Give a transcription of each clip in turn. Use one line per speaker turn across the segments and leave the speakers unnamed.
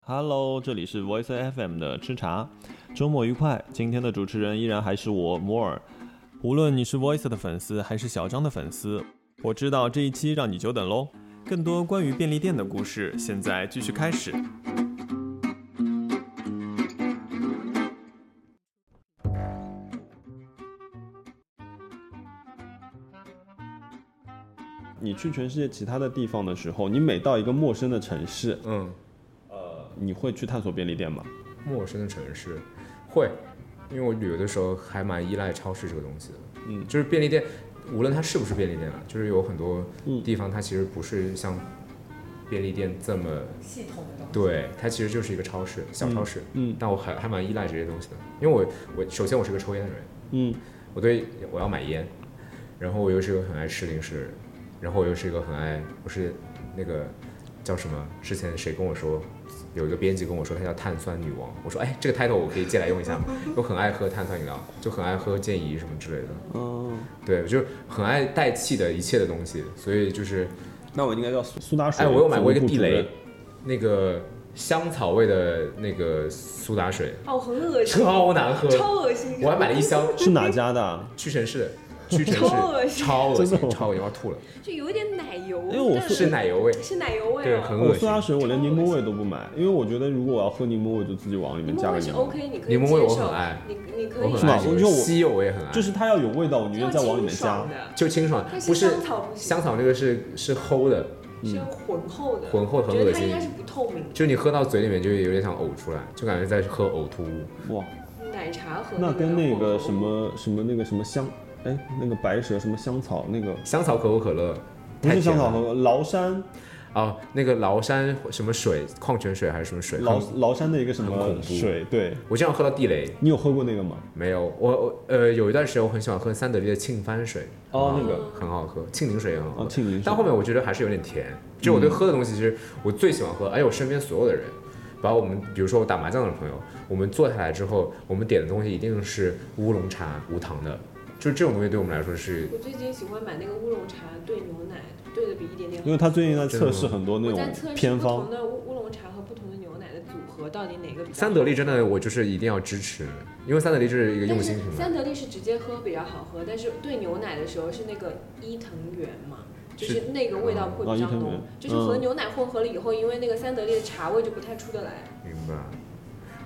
Hello，这里是 Voice FM 的吃茶，周末愉快。今天的主持人依然还是我摩尔。无论你是 Voice 的粉丝还是小张的粉丝，我知道这一期让你久等喽。更多关于便利店的故事，现在继续开始。你去全世界其他的地方的时候，你每到一个陌生的城市，
嗯，
你会去探索便利店吗？
陌生的城市会，因为我旅游的时候还蛮依赖超市这个东西的。
嗯
就是便利店，无论它是不是便利店啊，就是有很多
嗯
地方它其实不是像便利店这么，
系统的东西。
对，它其实就是一个超市，小超市。
嗯
但我还还蛮依赖这些东西的，因为我我首先我是个抽烟的人，
嗯
我对我要买烟，然后我又是一个很爱吃零食的人，然后我又是一个很爱我是那个叫什么？之前谁跟我说有一个编辑跟我说她叫碳酸女王，我说哎这个 title 我可以借来用 一下吗？我很爱喝碳酸饮料，就很爱喝健怡什么之类的，
嗯，
对，我就是很爱带气的一切的东西，所以就是
那我应该叫苏苏打水。
哎我有买过一个
总务部
地
主任
雷，那个香草味的那个苏打水，
哦，很恶心，
超难喝，
超恶心。
我还买了一箱，
是哪家的啊？
屈臣氏的。屈臣氏
超恶心
超恶
真的
心，
吗
超恶心，我要吐了。
就有一点奶油，
因为哎我
但
是奶油味，
是奶油味、哦，
对很
我
恶心
苏打水我连柠檬味都不买，因为我觉得如果我要喝柠檬，我就自己往里面
柠
加
檬
个
味是
柠檬。
OK，你可以
柠檬味
接
我
受
很爱
你你可
我
以
是
很
吗
爱这
我
个
就我
西柚，我也很爱，
就是它要有味道，我宁愿再往里面
清
加
爽。的，
就清爽，
但是
不是
香草不行，
香草那个是是齁的，
是浑厚的，
嗯浑厚
我
很
觉得
恶
它应该是
心，
不透明的。
就你喝到嘴里面就有点想呕出来，就感觉在喝呕吐物。
哇，
奶茶和
那跟那
那
个什么什么那个什么香，哎，那个白蛇什么香草那个
香草可口可乐
不
太
是
甜
香草
了
和崂山
哦，那个崂山什么水，矿泉水还是什么水？
崂
很
崂山的一个什
很恐
么
怖
水？对，
我经常喝到地雷，
你有喝过那个吗？
没有，我我呃有一段时间我很喜欢喝三得利的沁帆水，
哦
很好
那个
很好喝，沁宁水也很好
哦，
喝，
庆林水
但后面我觉得还是有点甜。就
嗯
我对喝的东西，其实我最喜欢喝，而且我身边所有的人，把我们比如说我打麻将的朋友，我们坐下来之后，我们点的东西一定是乌龙茶无糖的，就是这种东西对我们来说是
我最近喜欢买那个乌龙茶兑牛奶，兑的比一点点好
因。为他最近在测试很多那
我
种
在测试
偏
不
方
同，的乌乌龙茶和不同的牛奶的组合，到底哪个比较好
三得利，真的我就是一定要支持，因为三得利就是一个用
但
心
是
品牌，
三得利是直接喝比较好喝，但是兑牛奶的时候是那个伊藤园嘛，就是那个味道会比较
啊伊藤
浓
园，
就是和牛奶混合了以后，因为那个三得利的茶味就不太出得来。
明白？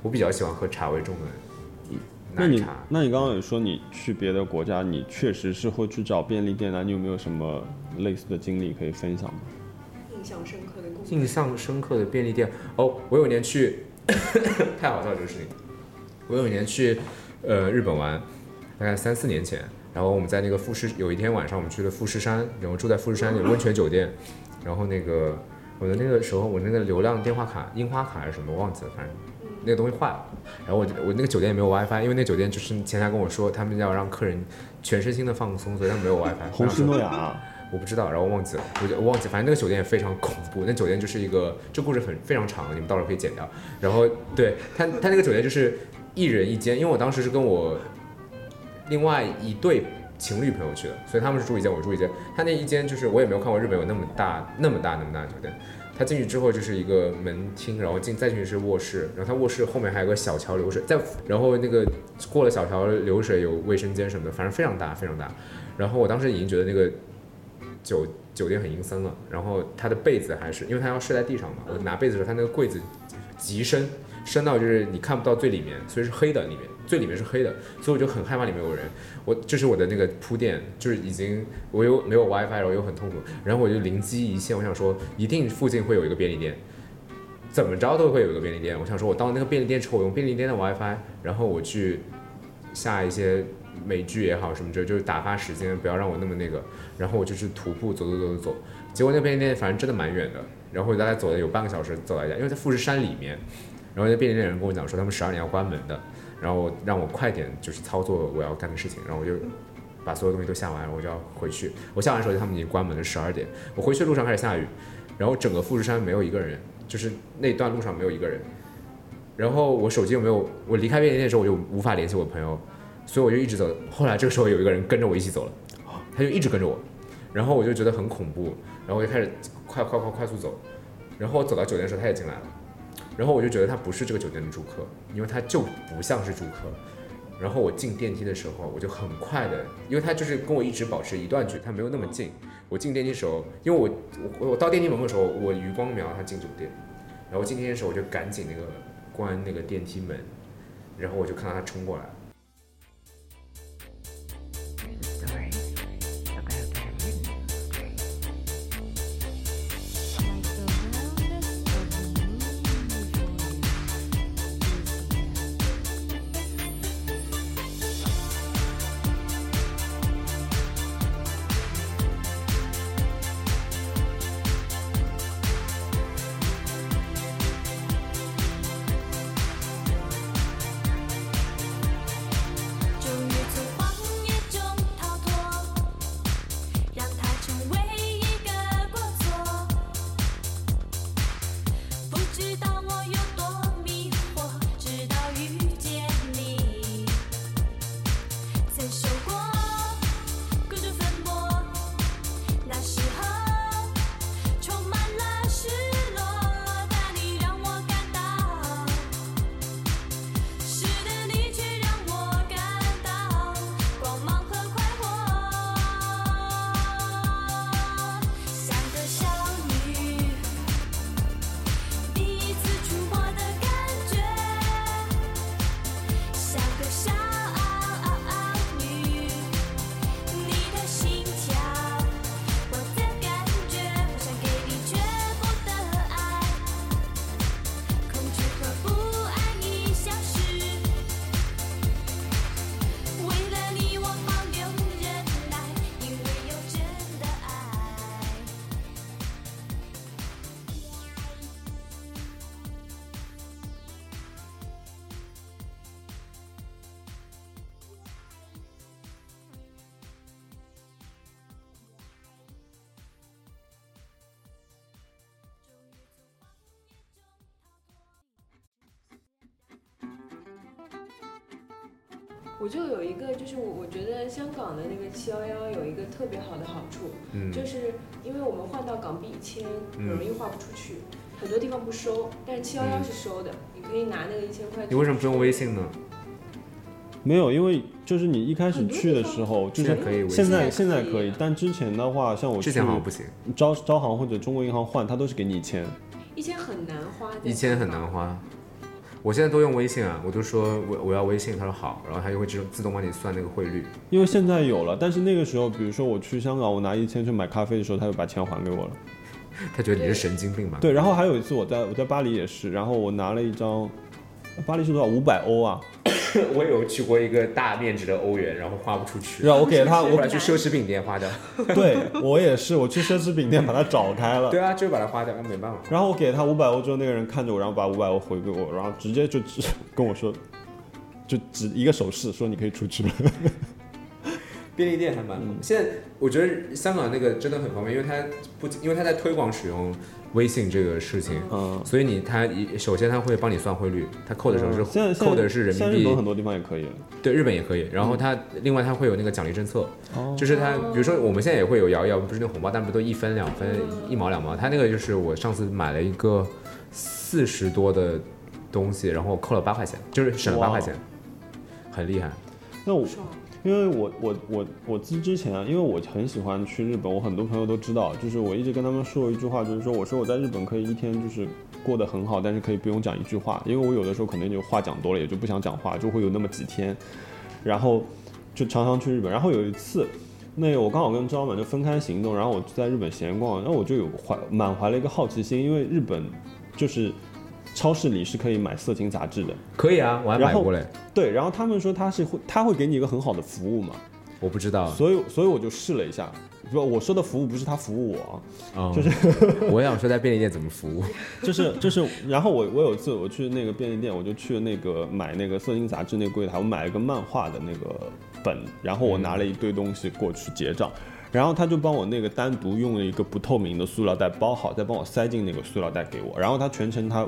我比较喜欢喝茶为重的
那
奶
你
茶，
那你刚刚有说你去别的国家，你确实是会去找便利店啊？你有没有什么类似的经历可以分享吗？
印象深刻的故事，
印象深刻的便利店哦，我有一年去， 太好笑了这个事情。我有一年去呃日本玩，大概三四年前，然后我们在那个富士，有一天晚上我们去了富士山，然后住在富士山有温泉酒店，然后那个我的那个时候我那个流量电话卡樱花卡还是什么忘记了，反正那个东西坏了，然后我我那个酒店也没有 WiFi，因为那酒店就是前台跟我说他们要让客人全身心的放松，所以他们没有 WiFi。
红石诺亚啊，
我不知道，然后忘记了，我就我忘记，反正那个酒店也非常恐怖。那酒店就是一个，这故事很非常长，你们到时候可以剪掉。然后对他他那个酒店就是一人一间，因为我当时是跟我另外一对情侣朋友去的，所以他们是住一间，我住一间。他那一间就是我也没有看过日本有那么大那么大那么大的酒店。他进去之后就是一个门厅，然后进再进去是卧室，然后他卧室后面还有个小桥流水，再然后那个过了小桥流水有卫生间什么的，反正非常大非常大。然后我当时已经觉得那个酒酒店很阴森了，然后他的被子还是因为他要睡在地上嘛，我拿被子的时候，他那个柜子极深，深到就是你看不到最里面，所以是黑的里面，最里面是黑的，所以我就很害怕里面有人。我这是我的那个铺垫，就是已经我又没有 WiFi，然后又很痛苦，然后我就灵机一现，我想说一定附近会有一个便利店。怎么着都会有一个便利店，我想说，我到那个便利店之后，我用便利店的 WiFi，然后我去下一些美剧也好什么之类，就是打发时间，不要让我那么那个。然后我就去徒步走走走走走，结果那便利店反正真的蛮远的，然后我大概走了有半个小时走到一家，因为在富士山里面，然后那便利店人跟我讲说他们十二点要关门的，然后让我快点就是操作我要干的事情，然后我就把所有东西都下完，然后我就要回去。我下完的时候他们已经关门了，十二点。我回去的路上开始下雨，然后整个富士山没有一个人，就是那段路上没有一个人。然后我手机又没有，我离开便利店的时候我就无法联系我朋友，所以我就一直走。后来这个时候有一个人跟着我一起走了，他就一直跟着我，然后我就觉得很恐怖，然后我就开始快快快快速走，然后我走到酒店的时候他也进来了，然后我就觉得他不是这个酒店的住客，因为他就不像是住客。然后我进电梯的时候，我就很快的，因为他就是跟我一直保持一段距离，他没有那么近。我进电梯的时候，因为我我我到电梯门口的时候，我余光瞄他进酒店，然后进电梯的时候我就赶紧那个关那个电梯门，然后我就看到他冲过来，
终于从荒野中逃脱，让它成为一个过错。不知道我有多迷惑，直到遇见你，曾受过孤注粉墨，那时候充满了失落，但你让我感到。是的，你却让我感到光芒和快活，像个少女，第一次触摸的感觉，像个少女，你的心跳，我的感觉，我想给你全部的爱。恐惧和不安已消失，为了你我保留忍耐，因为有真的爱。
我就有一个，就是我我觉得香港的那个七幺幺有一个特别好的好处，
嗯，
就是因为我们换到港币一千，
嗯
很容易花不出去，很多地方不收，但是七幺幺
嗯
是收的，你可以拿那个一千块。
你为什么不用微？信呢？
没有，因为就是你一开始去的时候，就
现在
是
可以微
现
信，
在
现
现
在
在
可以
可以，但之前的话，像我
之
去
前好像不行，
招招行或者中国银行换，它都是给你一千。
一千很难花的，
一千很难花。我现在都用微信啊，我就说我我要微信，他说好，然后他就会自自动帮你算那个汇率。
因为现在有了，但是那个时候，比如说我去香港，我拿一千去买咖啡的时候，他就把钱还给我了。
他觉得你是神经病吧？
对，然后还有一次我在我在巴黎也是，然后我拿了一张，巴黎是多少？五百欧啊！
我有去过一个大面值的欧元，然后花不出去，
然后我给他，
后
我
来去奢侈品店花掉。
对我也是，我去奢侈品店把它找开了。
对啊，就是把它花掉，那没办法。
然后我给他五百欧之后，那个人看着我，然后把五百欧回给我，然后直接就直跟我说，就只一个手势说你可以出去了。
便利店还蛮
嗯
好。现在我觉得香港那个真的很方便，因为它不仅因为它在推广使用微信这个事情，
嗯，
所以你它一首先它会帮你算汇率，它扣的时候是、
现在现在
扣的是人
现在
民
日本
币，
很多地方也可以。
对日本也可以。然后它、另外它会有那个奖励政策，
哦
就是它比如说我们现在也会有摇一摇，不是那个红包，但不都一分两分、
嗯
一毛两毛？它那个就是我上次买了一个四十多的东西，然后我扣了八块钱，就是省了八
哇
块钱，很厉害。
那我
爽。
因为我我我我之之前啊，因为我很喜欢去日本，我很多朋友都知道，就是我一直跟他们说一句话，就是说我说我在日本可以一天就是过得很好，但是可以不用讲一句话，因为我有的时候可能就话讲多了，也就不想讲话，就会有那么几天，然后就常常去日本，然后有一次。那我刚好跟张老板就分开行动，然后我就在日本闲逛，然后我就有怀满怀了一个好奇心，因为日本就是超市里是可以买色情杂志的，
可以啊，我还买
然后
过嘞，
对，然后他们说他是会他会给你一个很好的服务嘛，
我不知道，
所以，所以我就试了一下，不，我说的服务不是他服务我，啊，
嗯、
就是
我想说在便利店怎么服务。
就是就是，然后我我有一次我去那个便利店，我就去那个买那个色情杂志那个柜台，我买了一个漫画的那个本，然后我拿了一堆东西过去结账，然后他就帮我那个单独用了一个不透明的塑料袋包好，再帮我塞进那个塑料袋给我，然后他全程他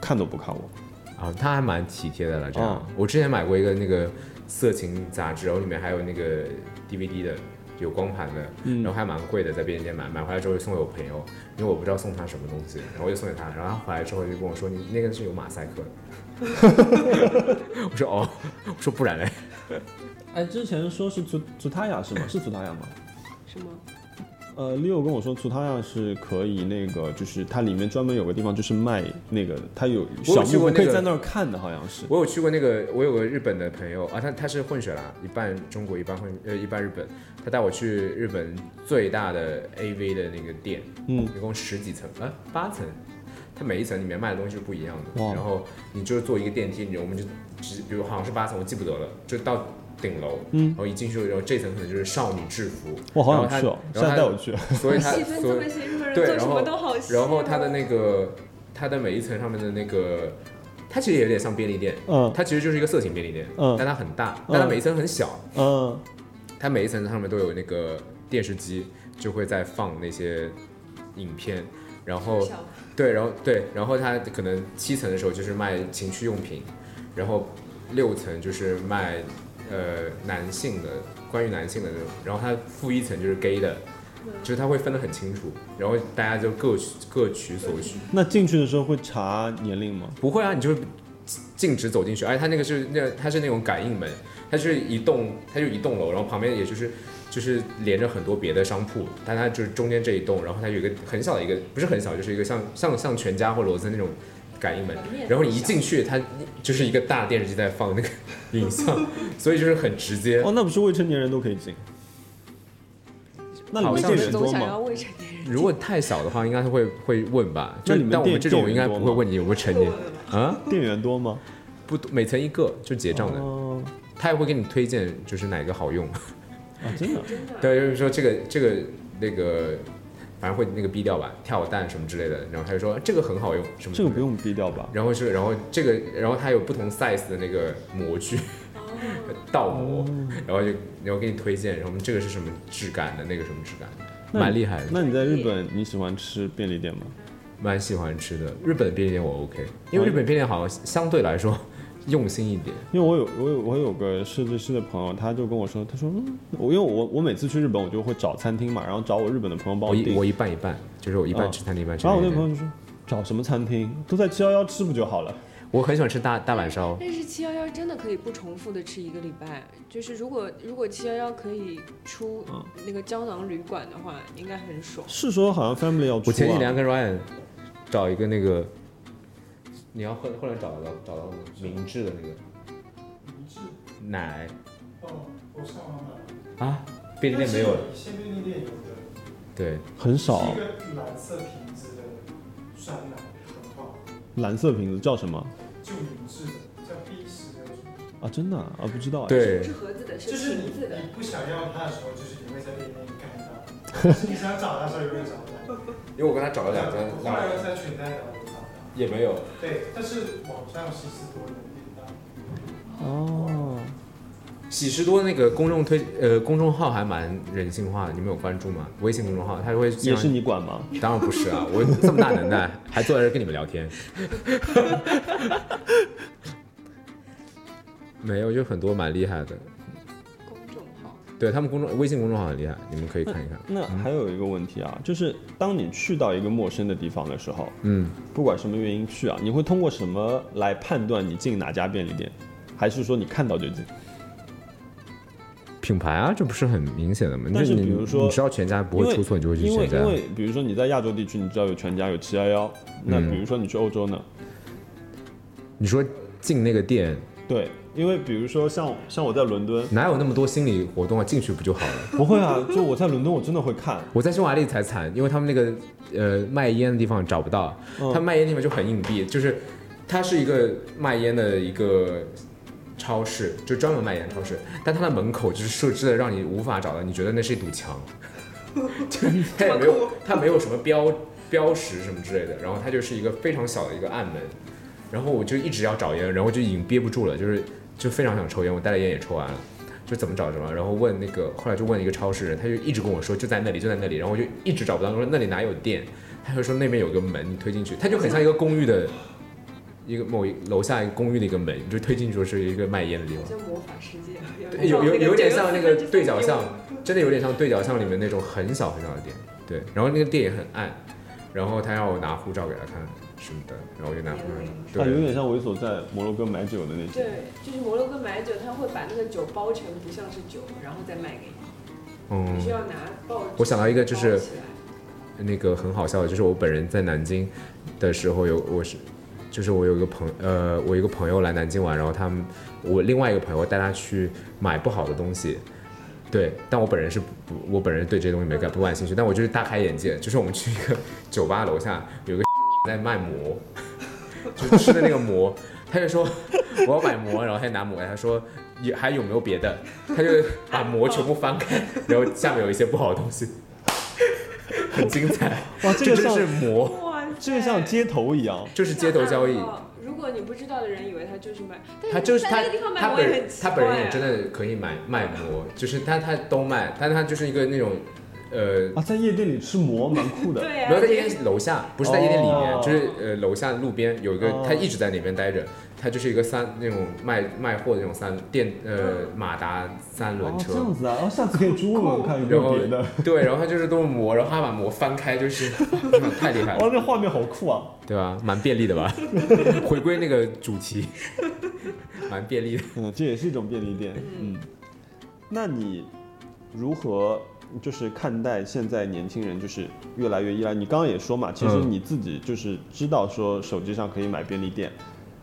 看都不看我，
啊，他还蛮体贴的了。这样，
嗯
我之前买过一个那个色情杂志，然后里面还有那个 DVD 的，有光盘的，然后还蛮贵的，在便利店买，买回来之后就送给我朋友，因为我不知道送他什么东西，然后我就送给他，然后他回来之后就跟我说你那个是有马赛克的， 我说哦，我说不然嘞，
哎，之前说是祖祖塔雅是吗？是祖塔雅吗？
是吗？
呃，Leo 跟我说，祖塔雅是可以那个，就是它里面专门有个地方，就是卖那个，它有
我
小
有去
木
过
屋
那个
可以在那儿看的，好像是。
我有去过那个，我有个日本的朋友啊，他他是混血啦，一半中国一半混呃一半日本，他带我去日本最大的 AV 的那个店，
嗯，
一共十几层啊八层，它每一层里面卖的东西是不一样的。
哇
然后你就是坐一个电梯，你我们就直比如好像是八层，我记不得了，就到顶楼，嗯，然后一进去，然后这层可能就是少女制服，
我好想去哦，
然后它
现在带我去。
然后它所以 它
细分
所
这
以
么细，日本人
对
做什
然
么
后
都好细
然后它的
哦
那个，它的每一层上面的那个，它其实也有点像便利店，
嗯
它其实就是一个色情便利店，
嗯
但它很大，但它每一层很小，
嗯，
它每一层上面都有那个电视机，就会在放那些影片，然后
小
对，然后对，然后它可能七层的时候就是卖情趣用品，然后六层就是卖呃男性的关于男性的那种，然后它负一层就是 gay 的。就是它会分得很清楚，然后大家就各取各取所需，
那进去的时候会查年龄吗？
不会啊，你就是径直走进去，而且哎它那个是那它是那种感应门，它是一栋它就一栋楼，然后旁边也就是就是连着很多别的商铺，但它就是中间这一栋，然后它有一个很小的一个不是很小，就是一个像像像全家或罗森那种感应门
门面，
然后你一进去，它就是一个大电视机在放那个影像，所以就是很直接。
哦，那不是未成年人都可以进？那里
好
面
像
店
是
员
总
多
想
吗
要？未成年人
如果太小的话，应该会会问吧，就
那你们
但我
店
们这种
店
应该
员多
不会
吗
问你有没有成 年啊，
店员多吗？
不多每层一个就结账的。
哦，
他也会给你推荐，就是哪个好用。
啊，真的。
真的
对，就是说这个这个那个，反正会那个逼调吧，跳蛋什么之类的。然后他就说这个很好用，什么
这个不
用。
用逼掉吧？
然后是，然后这个，然后它有不同 size 的那个模具， 倒模，
哦
然后就然后给你推荐，然后这个是什么质感的，那个什么质感，
那
蛮厉害的，
那你在日本你喜欢吃便利店吗？
蛮喜欢吃的。日本便利店我 OK，因
哦
为日本便利店好像相对来说用心一点。
因为我有我有我有个设计师的朋友，他就跟我说，他说，嗯，我因为我我每次去日本我就会找餐厅嘛，然后找我日本的朋友帮我
我一
订
我，一半一半，就是我一半
哦
吃餐厅，一半吃
然后
便
我
利
那朋友就
店。
说，找什么餐厅都在七幺幺吃不就好了？
我很喜欢吃大大阪烧。
但是七幺幺真的可以不重复的吃一个礼拜，就是如果如果七幺幺可以出
嗯
那个胶囊旅馆的话，应该很爽。
是说好像 family 要出、啊，
我前几年跟 Ryan 找一个那个，你要后后来找到找到明治的那个奶哦
我上网买了，
啊，便利店没有了。
一些便利店有的，
对，
很少
是一个蓝色瓶子的酸奶，很好，
蓝色瓶子叫什么
就明治的，叫 B 十六，
啊？真的啊，啊不知道哎。
对
不是盒子的，是
就是嗯你
瓶子的。
你不想要它的时候，就是你会在便利店看到，但是你想找它的时候，永远找不到。
因为我跟他找了两家，
我后来又在全家找不到，
也没有。
对，但是网上其实多能点到。
哦，
喜事多那个公众推呃公众号还蛮人性化的，你们有关注吗？微信公众号，他会经
也
常
是你管吗？
当然不是啊，我这么大能耐， 还坐在这跟你们聊天。 没有，就很多蛮厉害的，
公众号，
对他们公众微信公众号很厉害，你们可以看一看。
那还有一个问题啊，就是当你去到一个陌生的地方的时候，
嗯，
不管什么原因去啊，你会通过什么来判断你进哪家便利店，还是说你看到就进？
品牌啊，这不是很明显的吗？
但是
你
比如说
你知道全家不会出错，你就会去
因为
全家
因。为比如说你在亚洲地区，你知道有全家有七幺幺，那
嗯
比如说你去欧洲呢？
你说进那个店
对，因为比如说像像我在伦 敦，
哪有那么多心理活动啊？进去不就好了？
不会啊，就我在伦敦我真的会看，
我在匈牙利才惨，因为他们那个呃卖烟的地方找不到，
嗯
他卖烟的地方就很隐蔽，就是它是一个卖烟的一个超市，就专门卖烟超市，但它的门口就是设置的让你无法找到，你觉得那是一堵墙，就它也没有它没有什么标标识什么之类的，然后它就是一个非常小的一个暗门，然后我就一直要找烟，然后就已经憋不住了，就是就非常想抽烟，我带了烟也抽完了。就怎么找着了，然后问那个，后来就问一个超市人，他就一直跟我说就在那里，就在那里，然后我就一直找不到，我说那里哪有店，他就说那边有个门，你推进去，它就很像一个公寓的，一个某一楼下一个公寓的一个门，你就推进去就是一个卖烟的地方哎
好，像魔法世界，
有有有点像那个对角巷，真的有点像对角巷里面那种很小很小的店，对。然后那个店也很暗，然后他让我拿护照给他看什么的，然后我就拿护照。
啊它有
对，
点像我所在摩洛哥买酒的那些。
对，就是摩洛哥买酒，他会把那个酒包成不像是酒，然后再卖给你，
嗯
你需，要拿报纸。
我想到一个就是
包起来
那个很好笑的，就是我本人在南京的时候有我是，就是我有一个朋呃，我一个朋友来南京玩，然后他们我另外一个朋友带他去买不好的东西。对，但我本人是不，不我本人对这些东西没感不感兴趣，但我就是大开眼界。就是我们去一个酒吧楼下有一个 在卖馍， 就吃的那个馍，他就说 我要买馍，然后他就拿馍，他说有还有没有别的，他就把馍全部翻开，然后下面有一些不好的东西， 很精彩。
哇，
这真是魔，
哇塞，
这个像街头一样。
就是街头交易
那。暗号。如果你不知道的人以为他就是卖，但
他就是
在
他
那个地方，
他
买我
本
也
人
很奇
他
怪、啊。
本人也真的可以买卖馍，就是他他都卖，但他就是一个那种，呃，
啊，在夜店里吃馍蛮酷的。
对啊，
不要在夜店楼下，不是在夜店里面
哦，
就是呃楼下路边有一个
哦，
他一直在那边待着，他就是一个三那种卖卖货的那种三电呃马达三轮
哦，这
车
样，子啊，哦，下次可以租问问看 有没有
然后
别的。
对，然后他就是都是馍，然后他把馍翻开，就是 嗯太厉害
哦，
了，
这画面好酷啊！
对吧？蛮便利的吧？ 回归那个主题， 蛮便利的。
嗯，这也是一种便利店。嗯，那你如何就是看待现在年轻人就是越来越依赖？你刚刚也说嘛，其实
嗯
你自己就是知道说手机上可以买便利店，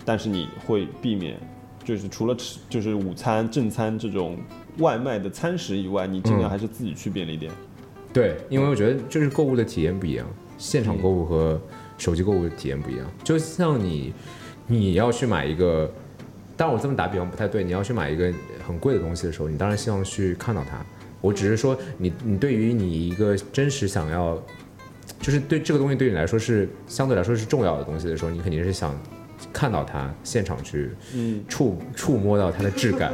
但是你会避免，就是除了吃就是午餐正餐这种外卖的餐食以外，你尽量
嗯
还是自己去便利店。
对，因为我觉得就是购物的体验不一样，现场购物和手机购物的体验不一样。就像你，你要去买一个，当然我这么打比方不太对，你要去买一个很贵的东西的时候，你当然希望去看到它。我只是说你，你对于你一个真实想要，就是对这个东西对你来说是相对来说是重要的东西的时候，你肯定是想看到它，现场去
嗯，
触触摸到它的质感。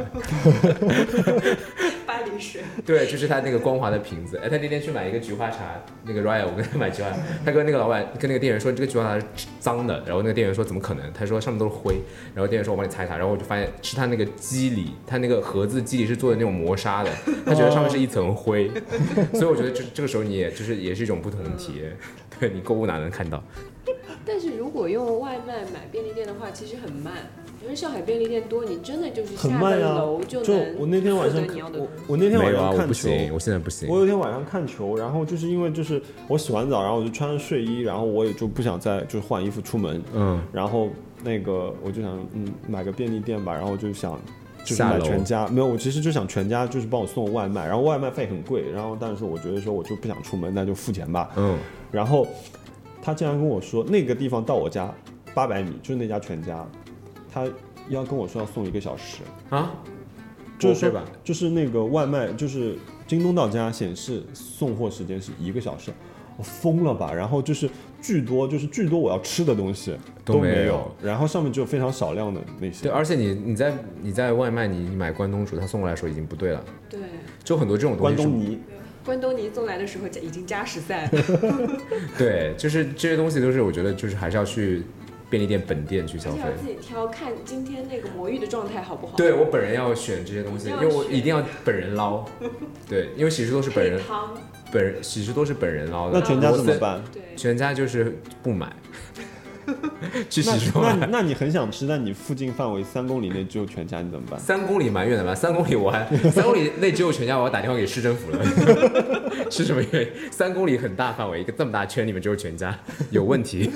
巴黎水，
对，就是他那个光滑的瓶子。哎，他那天去买一个菊花茶，那个 Ryan，我跟他买菊花茶，他跟那个老板跟那个店员说这个菊花茶是脏的，然后那个店员说怎么可能？他说上面都是灰，然后店员说我帮你擦一擦，然后我就发现是他那个肌理，他那个盒子肌理是做的那种磨砂的，他觉得上面是一层灰， 所以我觉得这这个时候你也就是也是一种不同的体验， 对你购物哪能看到？
但是如果用外卖买便利店的话，其实很慢。因为上海便利店多，你真的就是
很
下
慢
了
呀、
楼就
就
能
我那天晚上
获得
看
你要的
我
东西
我那天
没
晚
有啊，
上
我
看
不
球，
行，我现在不行
我。有一天晚上看球，然后就是因为就是我洗完澡，然后我就穿上睡衣，然后我也就不想再就是换衣服出门，
嗯，
然后那个我就想嗯买个便利店吧，然后就想就是
下
买
楼
全家，没有，我其实就想全家就是帮我送外卖，然后外卖费很贵，然后但是我觉得说我就不想出门，那就付钱吧，
嗯，
然后他竟然跟我说那个地方到我家八百米就是那家全家，他要跟我说要送一个小时，
啊，
就是说
对吧？
就是那个外卖，就是京东到家显示送货时间是一个小时，我疯了吧？然后就是巨多，就是巨多我要吃的东西
都
没
没有
然后上面只有非常少量的那些。
对，而且你你在你在外卖你你买关东煮，他送过来的时候已经不对了。
对
就很多这种东
关
西是，
东泥，
关东尼送来的时候已经加时赛了，
对，就是这些东西都是我觉得就是还是要去便利店本店去消
而且
费
要。自己挑，看今天那个魔芋的状态好不好。
对我本人要选这些东西，因为我一定要本人捞。对，因为喜事多是本
配
人
汤，
本人喜事多是本人捞的。
那全家
我
怎么
在？
办？
对，
全家就是不 买，去
那
喜事多
那
买
你那你很想吃，但你附近范围三公里内只有全家，你怎么办？
三公里蛮远的吧？三公 里我还三公里内只有全家，我要打电话给市政府了。 是什么原因？三公里很大范围，一个这么大圈里面只有全家，有问题。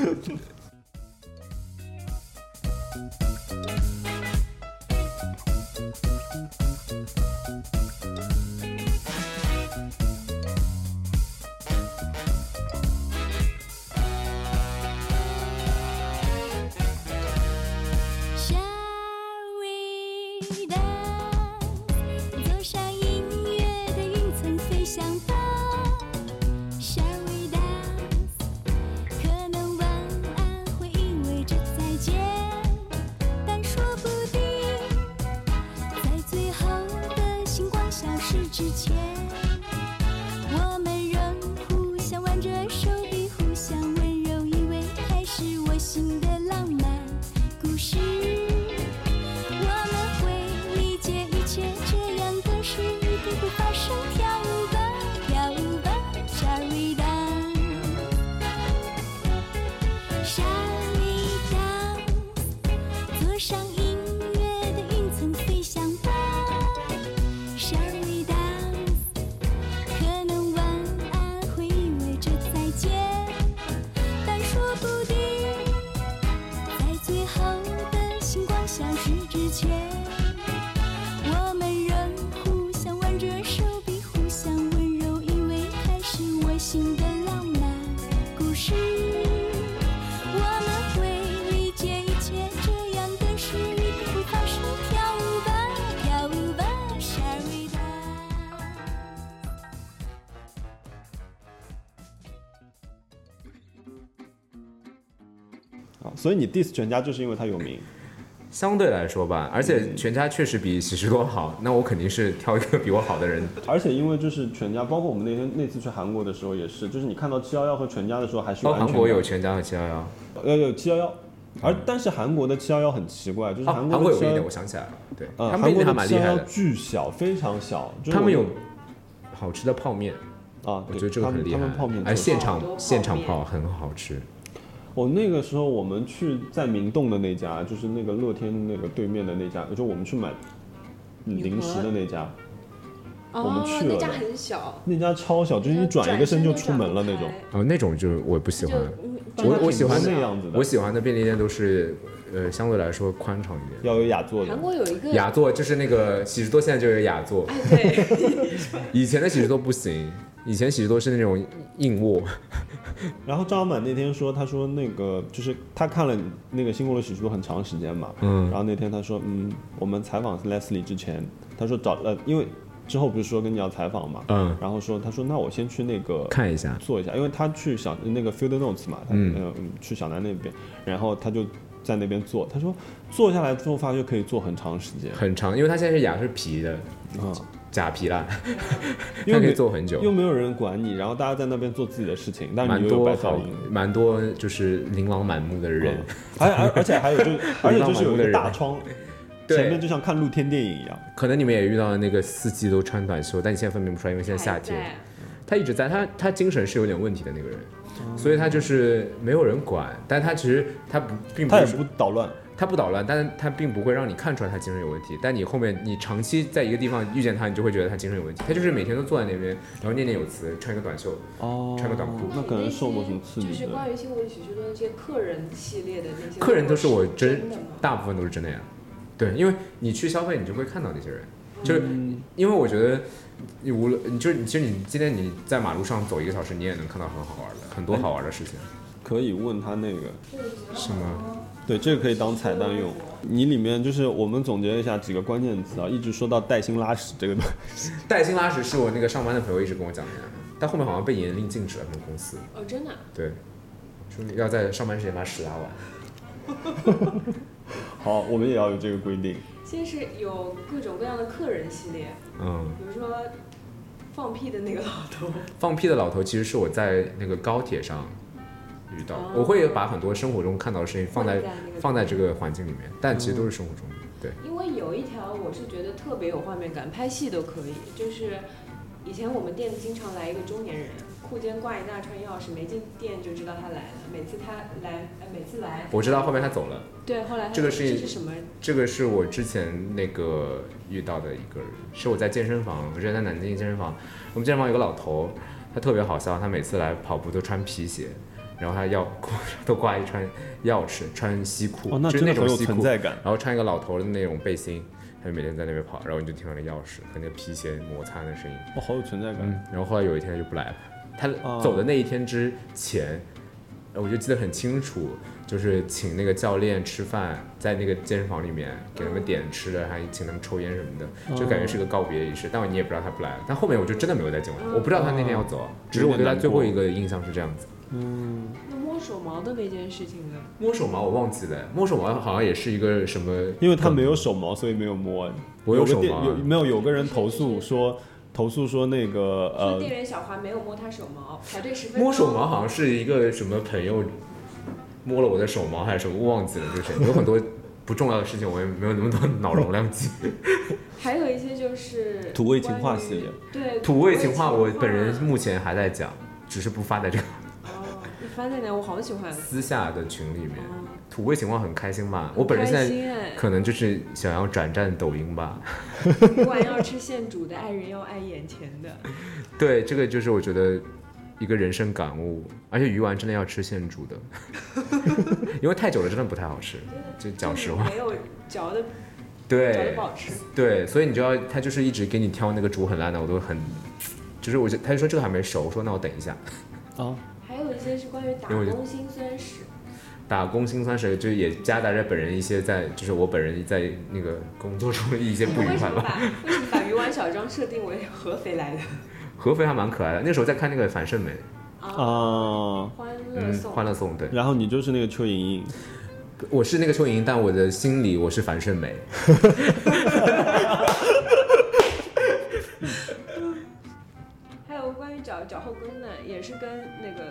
Shall we dance？走上音乐的云层，飞翔吧。Shall we dance？可能晚安心的浪漫故事。我们会理解一切这样的事并不发生。跳舞吧，跳舞吧，Sherry
啊，所以你 diss 全家就是因为它有名。
相对来说吧，
嗯
而且全家确实比喜事多好，那我肯定是挑一个比我好 的人。
而且因为就是全家，包括我们那天那次去韩国的时候也是，就是你看到七幺幺和全家的时候，还是
包
有
括
安
哦韩
全
国
感
有全家和七幺幺，
呃有七幺幺，而但是韩国的七幺幺很奇怪，就是
哦，
嗯韩
韩
国
国
的
有
七
个
幺
一点，
幺
我，想起来了，对，
呃，
他们
韩
那
国
点还
的
蛮
七
厉
幺
害
幺
的，
巨小，非常小，就是
他
我
们有好吃的泡面，
啊，
我
对
觉得这个
他们
很厉
他
害
们泡面，做
哎，
得
现
好多
场
泡
现场
面
泡很好吃，
我那个时候我们去在明洞的那家，就是那个乐天那个对面的那家，就我们去买嗯
牛
零食
河
的那家，我们
哦，
去
那
了
家很小，
那家超小，就是你转一个身就出门了那种。
哦，那种就我不喜
就
欢，
嗯
但它
我
挺
我喜欢
多
那
那样子的，
我喜欢的便利店都是呃相对来说宽敞一点。
要有雅座的
韩。国有一个
雅座就是那个喜事多，现在就有雅座。
哎对，
以前的喜事多不行，以前喜事多是那种硬卧，
然后张满那天说，他说那个就是他看了那个《新国的喜剧》很长时间嘛，
嗯
然后那天他说，嗯，我们采访 Leslie 之前，他说找呃，因为之后不是说跟你要采访嘛，
嗯，
然后说他说那我先去那个
看一下，
做一下，因为他去小那个 Field Notes 嘛，他
嗯
呃嗯去小南那边，然后他就在那边做，他说做下来之后发现可以做很长时间，
很长，因为它现在是雅是皮的，
啊、
假皮啦，
因为
它 可以
没
做很久
又。没有人管你，然后大家在那边做自己的事情，但是
蛮
你又有
多
白噪
好
音。，
蛮多就是琳琅满目的人，
嗯还而而且还有 就是，而且就是有一个大窗，
对
前面就像看露天电影一样。
可能你们也遇到了那个四季都穿短袖，但你现在分辨不出来，因为现在夏天。
还在
他一直在，他他精神是有点问题的那个人，
嗯
所以他就是没有人管，但他其实他不并不哦
他也
是说
不捣乱，
他不捣乱，但是他并不会让你看出来他精神有问题，但你后面你长期在一个地方遇见他，你就会觉得他精神有问题。他就是每天都坐在那边，然后念念有词，穿一个短袖，
哦
穿个短裤
那可能受过什么刺
就
激
是
的。
关于新闻喜剧的那些客人系列的那些，
客人都是我真
真的吗？
大部分都是真的呀。对，因为你去消费，你就会看到那些人，就是
嗯
因为我觉得你无论你就是你其实你今天你在马路上走一个小时，你也能看到很好玩的很多好玩的事情，
可以问他那个，
是吗？
对，这个可以当彩蛋用。你里面就是我们总结了一下几个关键词啊，一直说到带薪拉屎这个东西，
带薪拉屎是我那个上班的朋友一直跟我讲的呀，但后面好像被严令禁止了，他们公司
哦，真的啊，
对，说要在上班时间把屎拉完。
好，我们也要有这个规定。
先是有各种各样的客人系列，
嗯，
比如说放屁的那个老头，
放屁的老头其实是我在那个高铁上遇到的，
哦
我会把很多生活中看到的事情 放在
放在那个
放在这个环境里面，但其实都是生活中的。对，
因为有一条我是觉得特别有画面感，拍戏都可以。就是以前我们店经常来一个中年人，裤肩挂一大串钥匙，没进店就知道他来了。每次他来，呃，每次来，
我知道后面他走了，
对，后来他
这个
说
是
这是什么？
这个是我之前那个遇到的一个人，是我在健身房，我之前在南京健身房，我们健身房有个老头，他特别好笑，他每次来跑步都穿皮鞋。然后他要 都挂一串钥匙，穿西裤，
哦，那
就是
真的
那
很
种
有
西
存
裤，
在感。
然后穿一个老头的那种背心，他就每天在那边跑，然后你就听到那钥匙和那皮鞋摩擦的声音。
哦，好有存在感。
嗯，然后后来有一天他就不来了。他
哦
走的那一天之前，呃我就记得很清楚，就是请那个教练吃饭，在那个健身房里面给他们点吃的，还请他们抽烟什么的，就感觉是个告别仪式。但我你也不知道他不来了，但后面我就真的没有再见过他，我不知道他那天要走啊，只是我对他最后一个印象是这样子。
那摸手毛的那件事情呢？
摸手毛我忘记了，摸手毛好像也是一个什么，
因为他没有手毛，所以没有摸。
我有
个
手
店
毛啊
有没有有个人投诉说，投诉说那个
说
呃
店员小华没有摸他手毛，排队十分钟。
摸手毛好像是一个什么朋友摸了我的手毛还是什么，我忘记了，就是 有很多不重要的事情，我也没有那么多脑容量 记。
还有一些就是
土味情话系列
关于，对
土味情话我本人目前还在讲，只是不发在这个
哦，你翻在哪？我好喜欢。啊
私下的群里面。
哦
土味情话很开心吧？我本人现
开
在
心哎
可能就是想要转战抖音吧。
不管要吃现煮的，爱人要爱眼前的。
对，这个就是我觉得一个人生感悟，而且鱼丸真的要吃现煮的，因为太久了真的不太好吃。就 讲实话，
没有嚼的嚼的
对
不，好吃。
对，所以你就要他就是一直给你挑那个煮很烂的，我都很就是我就他就说这个还没熟，我说那我等一下。
哦，
还有一些是关于打
因为我就
工辛酸史，
打工辛酸史，就是也夹杂着本人一些在，就是我本人在那个工作中的一些不愉
为什
快
么
吧。
把为什么把鱼丸小张设定为合肥来的？
合肥还蛮可爱的，那时候在看那个《樊胜美》，
啊，
欢乐
嗯，《
颂，
欢乐颂》对，
然后你就是那个邱莹莹，
我是那个邱莹，但我的心里我是樊胜美。
还有关于脚脚后跟的，也是跟那个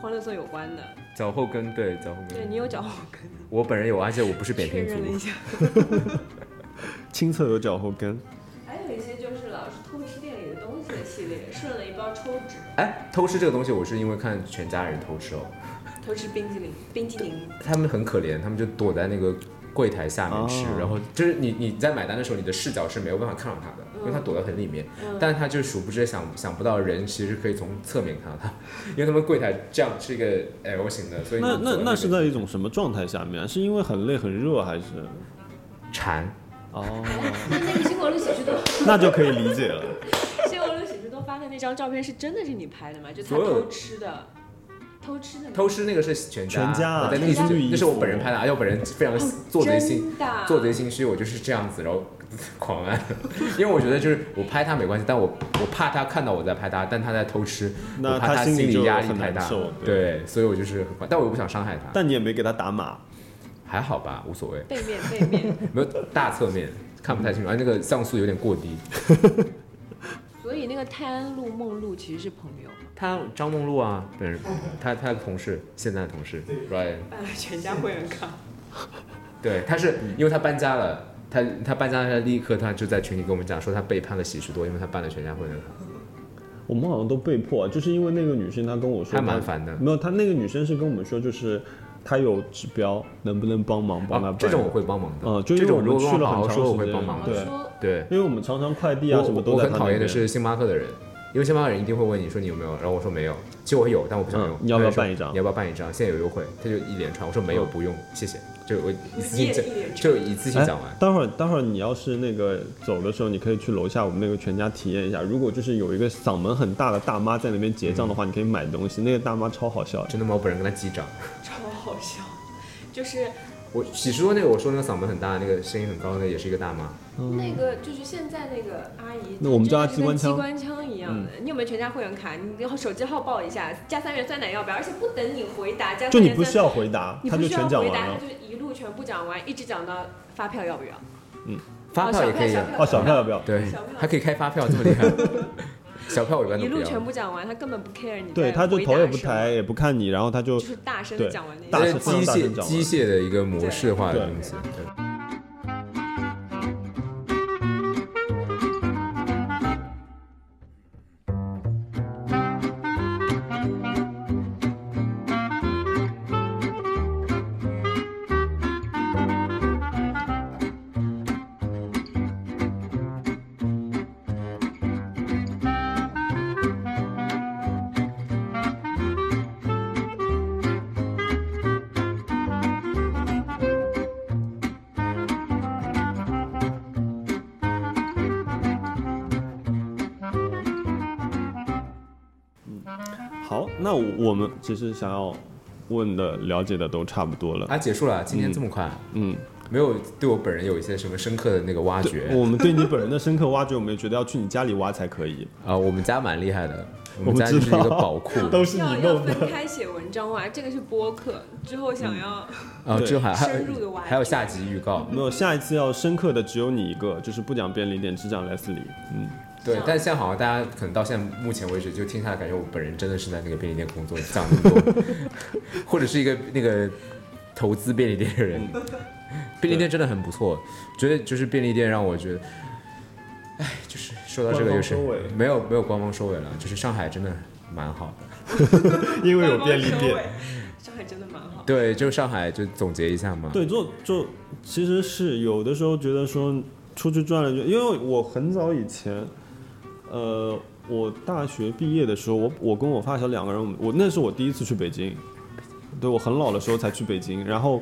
欢乐颂有关的。
脚后跟，对脚后
对
跟，
你有脚后跟，
我本人有，而且我不嗯是扁
确
平
认了一
足。
下。
亲测有脚后跟，
还有一些就是老是偷吃店里的东西的系列，顺了一包抽纸，
哎，偷吃这个东西，我是因为看全家人偷吃哦，
偷吃冰激凌、冰激凌。
他们很可怜，他们就躲在那个柜台下面吃，
哦
然后就是你你在买单的时候，你的视角是没有办法看到他的，因为他躲得很里面。
嗯，
但他就殊不知想想不到人其实可以从侧面看到他， 因为他们柜台这样是一个 L 型的，所以
那
你
那
走
那是
个
在一种什么状态下面？是因为很累很热还是？
馋，嗯
哦，
嗯哎那那个新国路喜 剧都，
那就可以理解了。
新国路喜剧都发的那张照片是真的是你拍的吗？就他
所有
偷吃的，偷吃的那个，
偷吃那个是全家，
全家啊
我在那个
全家
是那是我
绿衣服
本人拍的，而啊且我本人非常
哦
做贼心
真的，
做贼心虚，我就是这样子，然后狂按， 因为我觉得就是我拍他没关系，但我我怕他看到我在拍他，但他在偷吃，
那
我怕
心
心
里就
理压力
很
太
难
大
受，，
对，所以我就是很，但我又不想伤害他，
但你也没给他打码，
还好吧，无所谓，
背面背面。
没有大侧面看不太清楚，而哎那个像素有点过低。
所以那个泰安路、梦露其实是朋友，
他张梦露啊，本人他他的同事，现在的同事 Ryan，
办了呃全家会员卡。
对，他是因为他搬家了，他他搬家了，立刻他就在群里跟我们讲说他背叛了喜事多，因为他办了全家会员卡，
我们好像都被迫，啊就是因为那个女生她跟我说，
还蛮烦的。
没有，她那个女生是跟我们说，就是她有指标，能不能帮忙帮她
啊
办？
这种我会帮忙的，
嗯就因为
这种
我们
如果
去
跟我
了
好好
很长
说，我
时
会
间
帮忙
我
的。
对
说
对，
因为我们常常快递啊
我
什么
我
都在
很
她那边。
讨厌的是星巴克的人，因为星巴克人一定会问你说你有没有，然后我说没有，其实我有，但我不想
嗯
用。
你要不要
他就说
办一张嗯
你要不要办一张？现在有优惠，他就一连串，我说没有，不用，谢谢。就我一次
你也
性讲
一连，
就一次性
哎
讲完。
待会儿，待会儿你要是那个走的时候，你可以去楼下我们那个全家体验一下。如果就是有一个嗓门很大的大妈在那边结账的话，你可以买东西。那个大妈超好笑的，
真的吗？我本人跟他击掌。
超好笑，就是
我喜事多那个，我说那个嗓门很大，那个声音很高的，也是一个大妈。
那个就是现在那个阿姨，
那我们叫她
真的是跟
机
机
关嗯
关枪一样的。你有没有全家会员卡？你手机号报一下，加三元酸奶要不要？而且不等你回答，加
就
三
你
元
不需
酸奶，
要回答，
你
她
不
就
需要
全讲
回
完
答，她
了
就。是一路全部讲完，一直讲到发票要不要？
发
哦
票
小
也可以
小
啊，
哦，小票要不要？
对
小票，
还可以开发票，这么厉 害。小票我一般
一
都不
路全
要。
部讲完，她根本不 care 你。
对，她就头也不抬，，也不看你，然后她就
就是大声的讲完那一
大
但
声
是机
非常大声
械
讲完
机械的一个模式化的
对
东西。对
好。那我们其实想要问的、了解的都差不多了。
啊，结束了，今天这么快，
嗯，
没有对我本人有一些什么深刻的那个挖掘
我们对你本人的深刻挖掘，我们也觉得要去你家里挖才可以。
啊。我们家蛮厉害的，我
我
们
们
家就是
知
一
道
个宝库
都是你
要要
弄的嗯
分开写文章啊，这个是播客，之后想要
啊，
对
这还还
深入地挖掘嗯
还有下集预告。
没有，下一次要深刻的只有你一个，就是不讲便利店，只讲 Leslie。嗯，
对
像，
但现在好像大家可能到现在目前为止，就听下来感觉我本人真的是在那个便利店工作，讲那么 多， 或者是一个那个投资便利店的 人。便利店真的很不错，觉得就是便利店让我觉得，哎，就是说到这个
官方
又是
收尾
没有没有官方收尾了，就是上海真的蛮好的。
因为
官
有
方
便利
收
店。
尾，上海真的蛮好。
对，就上海就总结一下嘛。
对，就就其实是有的时候觉得说出去转了，就因为我很早以前，呃，我大学毕业的时候，我我跟我发小两个人，我们我那是我第一次去北京，对我很老的时候才去北京，然后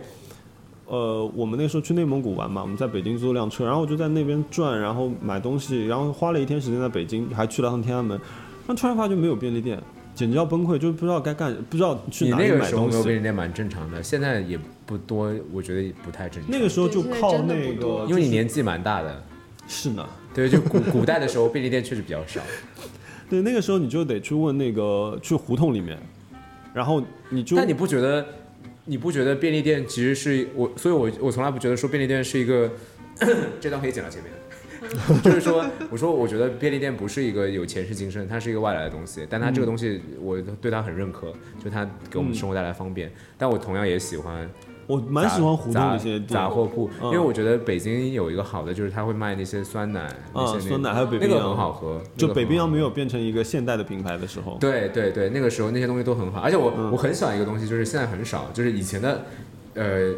呃，我们那时候去内蒙古玩嘛，我们在北京租了辆车，然后我就在那边转，然后买东西，然后花了一天时间在北京，还去了趟天安门，然后突然发觉没有便利店，简直要崩溃，就不知道该干，不知道去
你
哪里
那个
买
时候
东
没有
西
便。利店蛮正常的，现在也不多，我觉得也不太正常。
那个时候就
对现在
靠
真的
那
不
个
多，
因为你年纪蛮大的，
是呢，
对，就 古古代的时候便利店确实比较少。
对，那个时候你就得去问那个去胡同里面，然后你 就
但你不觉得，你不觉得便利店其实是我，所以我我从来不觉得说便利店是一个， 这段可以剪到前面。 就是说，我说我觉得便利店不是一个有前世今生，它是一个外来的东西，但它这个东西我对它很认可，就它给我们生活带来方便。但我同样也喜欢
我蛮喜欢胡同
杂
那些地
杂
方，
货铺，
嗯
因为我觉得北京有一个好的就是它会卖那些酸奶，那些
啊，
那个
酸奶还有北
那
冰
个很好
洋，
喝，
就
那个很好喝
北冰洋没有变成一个现代的品牌的时候，
对对对，那个时候那些东西都很好，而且我、
嗯
我很喜欢一个东西，就是现在很少，就是以前的，呃，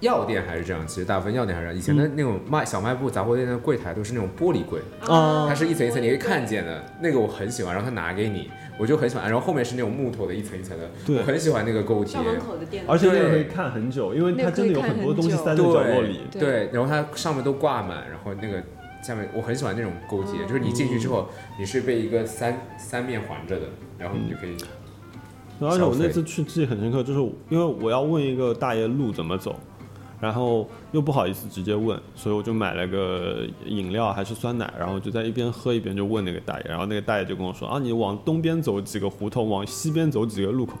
药店还是这样，其实大部分药店还是这样，以
嗯
前的那种卖小卖部、杂货店的柜台都是那种玻璃柜，
啊
它是一层一层你可以看见的，那个我很喜欢，然后他拿给你，我就很喜欢，然后后面是那种木头的一层一层的，
对
我很喜欢那个购物体
校
验
门。口的店，
而且那个
对
可以看很久，因为
那
它
个
真的
可
有
以看
很多东西塞在
很
角
久
落里，
对
对，然后它上面都挂满，然后那个下面我很喜欢那种购物体
嗯
验，就是你进去之后，你是被一个三三面环着的，然后你就可
嗯
以。
对而且我
消费
那次去记忆很深刻，就是因为我要问一个大爷路怎么走，然后又不好意思直接问，所以我就买了个饮料还是酸奶，然后就在一边喝一边就问那个大爷，然后那个大爷就跟我说啊，你往东边走几个胡同，往西边走几个路口。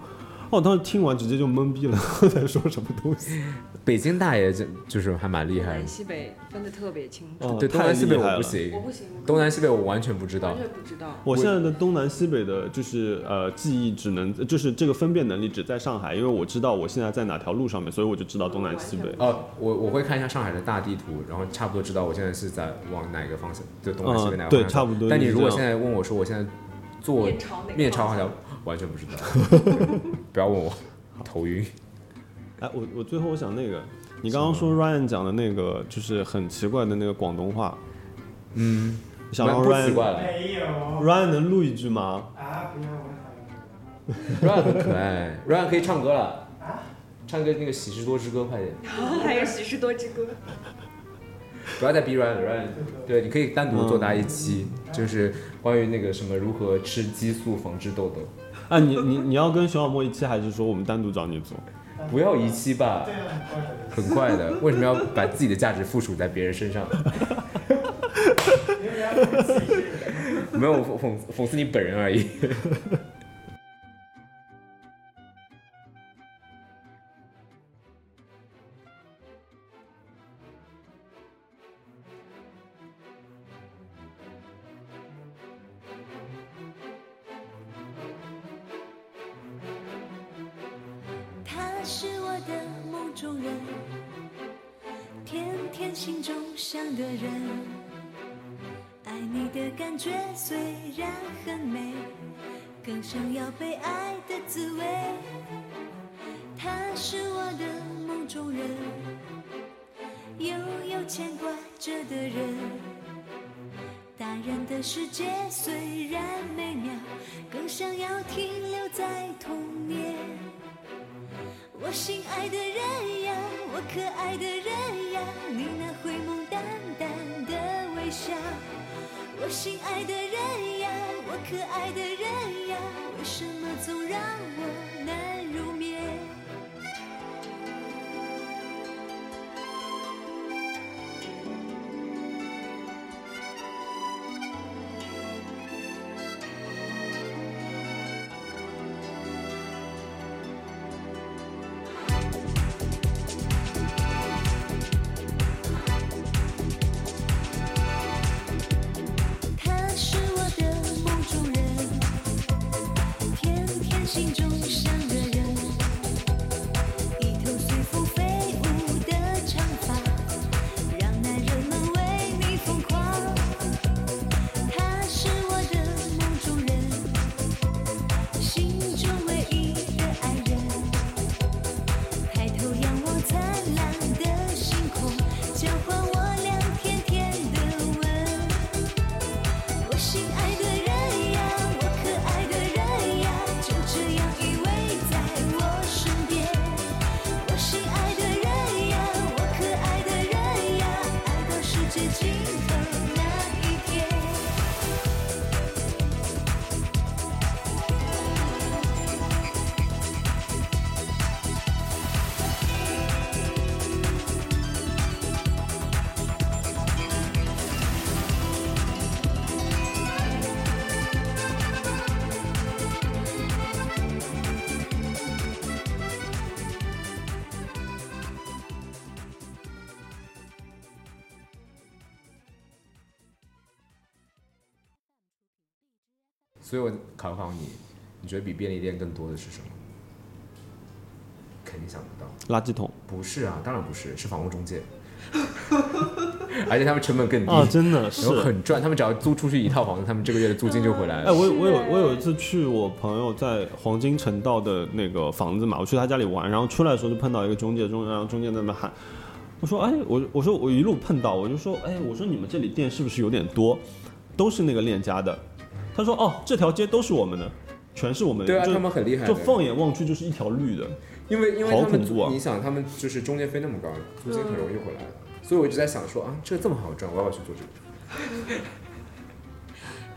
哦，我当时听完直接就懵逼了， 在说什么东西？
北京大爷就就是还蛮厉害的
南，西北分的特别清楚，
哦，
对，东
太
南西北
厉
我
害
不
了。
我
行，
不行，
东南西北我完全不知道
完。全不知道。
我现在的东南西北的，就是呃，记忆只能就是这个分辨能力只在上海，因为我知道我现在在哪条路上面，所以我就知道东南西北。
哦，我我会看一下上海的大地图，然后差不多知道我现在是在往哪个方向，就东南西北
嗯
哪个方向走、
对差不多
但你
就是
如果
这
现在问我说我现在坐
面朝哪个
面朝好
方
像完全不知道， 不要问我，头晕。
哎，我我最后我想那个，你刚刚说 Ryan 讲的那个就是很奇怪的那个广东话，
嗯，
你想
蛮
让
不奇
Ryan
怪了
没有
Ryan 能录一句吗？
啊，不要我
，Ryan 很可爱，Ryan 可以唱歌了，唱一个那个喜事多之歌，快点，
还有喜事多之歌，
不要再逼 Ryan 了，Ryan，对，你可以单独作答一期，就是关于那个什么如何吃激素防治痘痘。
啊，你你你要跟熊小莫一期，还是说我们单独找你做？
还
不要一期吧
对，啊，很快的
很快的。为什么要把自己的价值附属在别人身上？
因为要讽刺一些人。
没有我讽讽讽刺你本人而已。
他是我的梦中人，天天心中想的人。爱你的感觉虽然很美，更想要被爱的滋味。他是我的梦中人，悠悠牵挂着的人。大人的世界虽然美妙，更想要停留在童年。我心爱的人呀，我可爱的人呀，你那灰蒙淡淡的微笑。我心爱的人呀，我可爱的人呀，为什么总让我难入眠？他是我的梦中人，天天心中想的人，一头随风飞舞的长发，让男人们为你疯狂。他是我的梦中人，心中唯一的爱人。抬头仰望灿烂的星空，交换我俩甜甜的吻。我心爱的人呀，我可爱的人呀，就这样依偎
所以我考考你，你觉得比便利店更多的是什么？肯定想不到。
垃圾桶
不是啊，当然不是，是房屋中介， 而且他们成本更低，
啊，真的是
然后。很赚。他们只要租出去一套房子，他们这个月的租金就回来
哎，
了。
我有我有我有一次去我朋友在黄金城道的那个房子嘛，我去他家里玩，然后出来的时候就碰到一个中介，中然后中介在那边喊，我说哎，我我说我一路碰到，我就说哎，我说你们这里店是不是有点多，都是那个链家的，他说哦，这条街都是我们的，全是我们的，
对啊，
就
他们很厉害的。
就放眼望去就是一条绿的，
因为因为
好
他们
恐
租，
怖啊
你想他们就是中介费那么高，租金很容易回来，所以我一直在想说啊，这这么好赚，我要不要去做这个？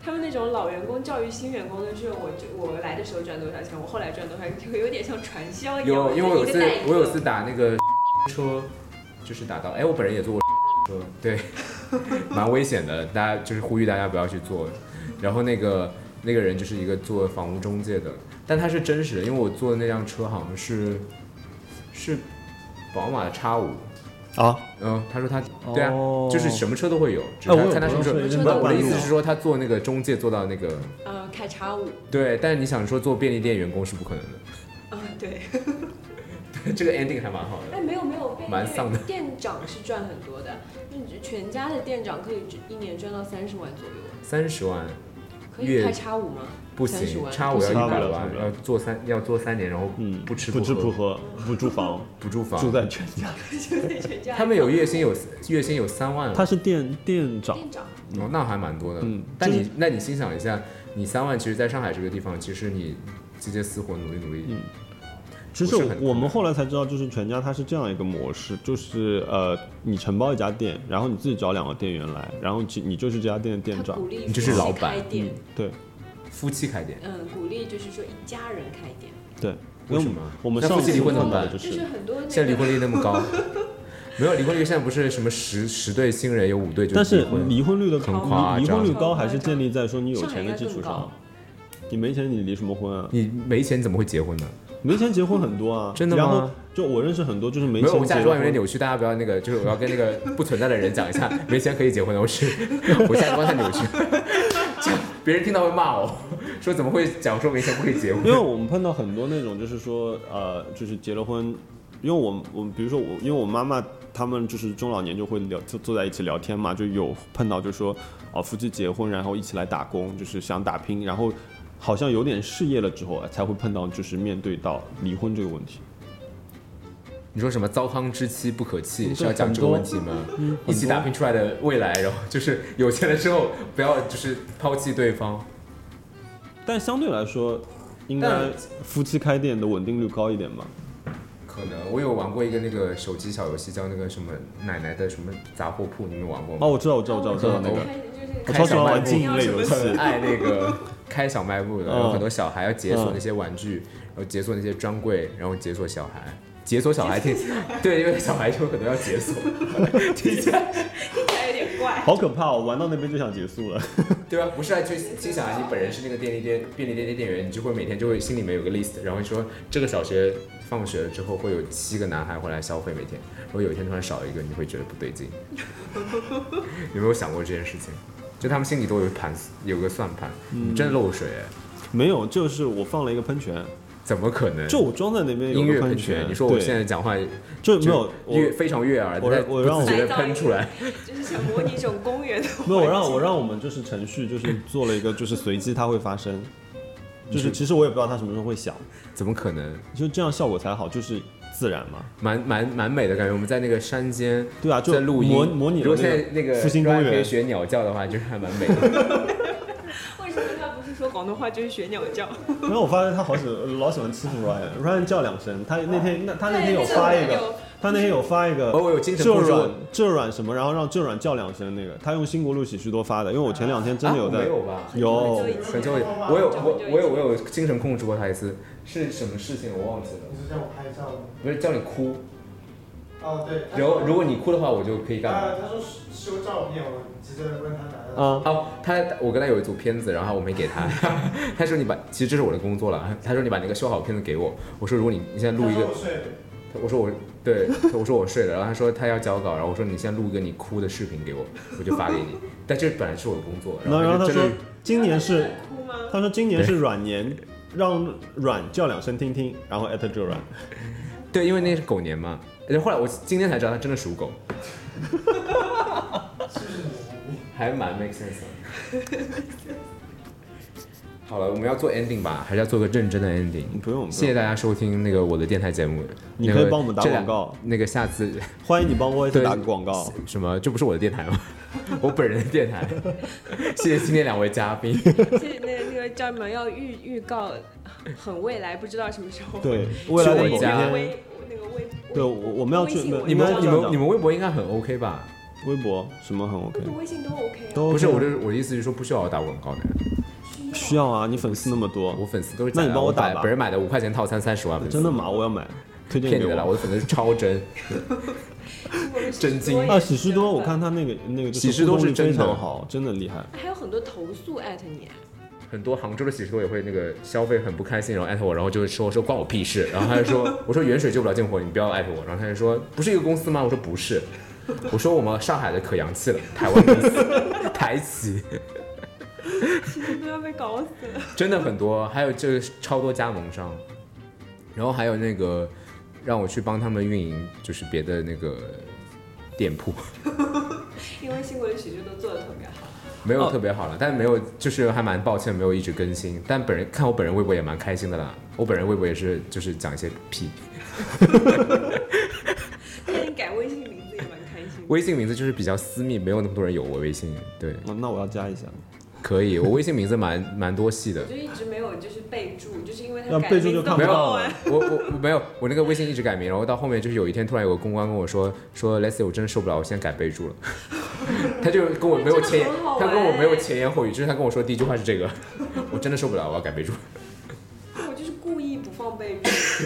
他们那种老员工教育新员工的是，我就我来的时候赚多少钱，我后来赚多少钱，就有点像传销一样。
有，因为我有
就
次
一个带一个
我有次打那个车，就是打到，哎，我本人也坐过车，对， 蛮危险的，大家就是呼吁大家不要去坐。然后那个那个人就是一个做房屋中介的，但他是真实的，因为我坐的那辆车好像是是宝马的 X 五，
啊，
嗯，他说他对啊，
哦
就是什么车都会有，只
哎我
是看
有
看他什么
朋
车。
友
什
是
么
不
车
是
都
我的
会
意
半
思
路
是说，他做那个中介做到那个
呃开叉五，
对，但是你想说做便利店员工是不可能的。
嗯、对，
这个 ending 还蛮好的。
哎没有没有，被
蛮丧的
店长是赚很多的，就是全家的店长可以一年赚到三十万左右，
三十万
可以
月
开叉五吗？
不
三十
行，
万
差五
不
要
行
一
差不
百
了差
万
不，了
要做三要做三年，然后
嗯，
不吃
不吃不
喝
喝不住房，
不住房
住。在全家，
全家
他们有月薪有月薪有三万了，
他是店店长，
店长，
哦，那还蛮多的。
嗯
但
就
你
是
那你心想一下，你三万其实在上海这个地方，其实你直接私活努力努力，
嗯其
不
实
是很
我们
困
后来才知道，就是全家它是这样一个模式，就是呃，你承包一家店，然后你自己找两个店员来，然后其你就是这家店的店
他
长嗯
鼓。励
你就是
夫妻
老板
开店，
对
难夫妻开店，
嗯，鼓励就是说一家人开店，
对，
为
因
什么
我们
那
上
夫
次
妻离婚怎
碰
么
到
办
的就
就是
是，
很多那
现在离
个。
婚率那么高， 没有离婚率现在不是什么十十对新人有五对就
但是
离婚
离婚率的
很
高
夸张
离离婚率高还是建立在说你有钱的基础
上海应该
上。你没钱，你离什么婚啊？
你没钱你怎么会结婚呢？
没钱结婚很多啊，
真的吗
然后就我认识很多，就是没
没有，
钱
我
结
价值观有点
婚。
扭曲，大家不要那个， 就是我要跟那个不存在的人讲一下，没钱可以结婚的，我是 我价值观太扭曲， 这样别人听到会骂我，说怎么会讲说没钱不可以结婚
因？为我们碰到很多那种，就是说，呃，就是结了婚，因为我们我们比如说我，因为我妈妈他们就是中老年就会聊，就坐在一起聊天嘛，就有碰到就说，哦，夫妻结婚，然后一起来打工，就是想打拼，然后好像有点事业了之后，才会碰到就是面对到离婚这个问题。
你说什么糟糠之妻不可弃
嗯
是要讲这个问题吗？一起打拼出来的未来，然后就是有钱了之后不要就是抛弃对方。
但相对来说，应该
但
夫妻开店的稳定率高一点嘛。
可能我有玩过一个那个手机小游戏，叫那个什么奶奶的什么杂货铺，你们玩过吗？
哦，我知道，我知道，我知道，我知道那个
哦，
我
我
超
超
喜
喜
欢
欢
玩
玩
经
经
营
营
类
类
游
游
戏
戏。
很爱那个开小卖部的，
嗯
然后很多小孩要解锁
嗯
那些玩具，然后解锁那些专柜，然后解锁小孩，解锁小孩听，对，因为小孩就有很多要解锁，听起来
听起来有点怪。
好可怕、哦！玩到那边就想结束了。
对吧？不是啊，就心想啊，你本人是那个便利店便利店的店员，你就会每天就会心里面有个 list，然后说这个小学放学了之后会有七个男孩回来消费每天，如果有一天突然少一个，你会觉得不对劲，有没有想过这件事情？就他们心里都有盘，有个算盘，你真的漏水、
没有，就是我放了一个喷泉，
怎么可能？
就我装在那边有
音
个
乐
喷
喷
泉
泉，，你说我
对
现在讲话
就没
就
有我
悦非常悦耳，
我
但
我让
不自觉
我
的喷出来，
就是想模拟一种公园的
没有我让
环
我
境
让我们就是程序就是 做了一个就是随机它会发生，
嗯
就是其实我也不知道它什么时候会响，
怎么可能？
就这样效果才好，就是自然嘛。
蛮蛮蛮美的感觉。我们在那个山间，
对啊就
在录音，
模模拟了
如
那
果现
个
在那个
复兴公园
如果可以学鸟叫的话，就是还蛮 美的。
为什么他不是说广东话就是学鸟叫？
然后我发现他好喜老喜欢欺负 Ryan，Ryan 叫两声，他那天那他那天有
对
发一
那 个
个
有，
他那天有发一个，
哦我有精神
这
不
软
足
这软什么，然后让这软叫两声那个，他用新国路喜剧多发的，因为我前两天真的
啊
有在
没有吧？
有
很久以前
很久以前，我有我我有我有精神控制过他一次，是什么事情我忘记了，
你是叫我拍照吗？
不是叫你哭，
哦，对。
然后如果你哭的话，我就可以干嘛？
啊，他说修照片，我直接问他拿了。
啊，
哦，他我跟他有一组片子，然后我没 给他，他说你把，其实这是我的工作了，他说你把那个修好的片子给我，我说如果你你现在录一
他
个
说我，睡了，
我说我对，我说我睡了，然后他说他要交稿，然后我说你先录一个你 哭的视频给我，我就发给你。但这本来是我的工作，
然后然后
后
他
真
说
的
今年是
哭吗？
他说今年是软年，让软叫两声听听，然后艾特就软。
对，因为那是狗年嘛。而且后来我今天才知道它真的属 狗，
是不是你？
还蛮 make sense 的。 好了，我们要做 ending 吧，还是要做个认真的 ending。
不用，不用
谢谢大家收听那个我的电台节目，
你
那个
可以帮我们打
这两
广告
那个下次
欢迎你帮 VOICE
对
打个广告。
什么？这不是我的电台吗？我本人的 电台。谢谢今天两位嘉宾。
这那那个叫什么要预预告，很未来不知道什么时候。
对，未来的
我
某一
家
天，
微那个微
对我我们要
微
去
信
你
我
你们
要
你
这样
们
讲
你们微博应该很 OK 吧？
微博什么很 OK，
微微信都 OK 啊。
都
不是，
OK
我的我的意思是说不需要我打广告的，
需要啊，你粉丝那么多
我，粉丝都是
那你
假的
帮我
我
打
买
吧
本人买的五块钱套餐三十万粉丝，
真的吗？我要买，推荐
骗
给
你的啦！
我。
我的粉丝是超真，
真
真经
啊，喜事多，我看他那个那个就是
喜事多
互动
是
力
真
非
的
常好，真的厉害。
还有很多投诉艾特你，
很多杭州的喜事多也会那个消费很不开心，然后艾特我，然后就说说关我屁事，然后他就说 我说远水救不了近火，你不要艾特我，然后他就说不是一个公司吗？我说不是，我说我们上海的可洋气了，台湾公司 台企
其实都要被搞死了。
真的很多，还有这超多加盟商，然后还有那个让我去帮他们运营，就是别的那个店铺。
因为新闻喜剧都做的特别好，
没有
哦
特别好了，但没有，就是还蛮抱歉，没有一直更新。但本人看我本人微博也蛮开心的啦，我本人微博也是就是讲一些屁。
那你改微信名字也蛮开心的。
微信名字就是比较私密，没有那么多人有我微信。对，
哦那我要加一下，
可以，我微信名字蛮蛮多系的
我。就一直没有就是备注，就是因为他
要
改
备注
名
就
字
看
都
不
没有
到啊
完
了。
我我我没有，我那个微信一直改名，然后到后面就是有一天突然有个公关跟我说说 Leslie 我真的受不了，我现在改备注了。 他就跟我没有前言
这个很好，
他跟我
玩
没有前言后语，就是他跟我说第一句话是这个， 我真的受不了，我要改备注。
我就是故意不放备注，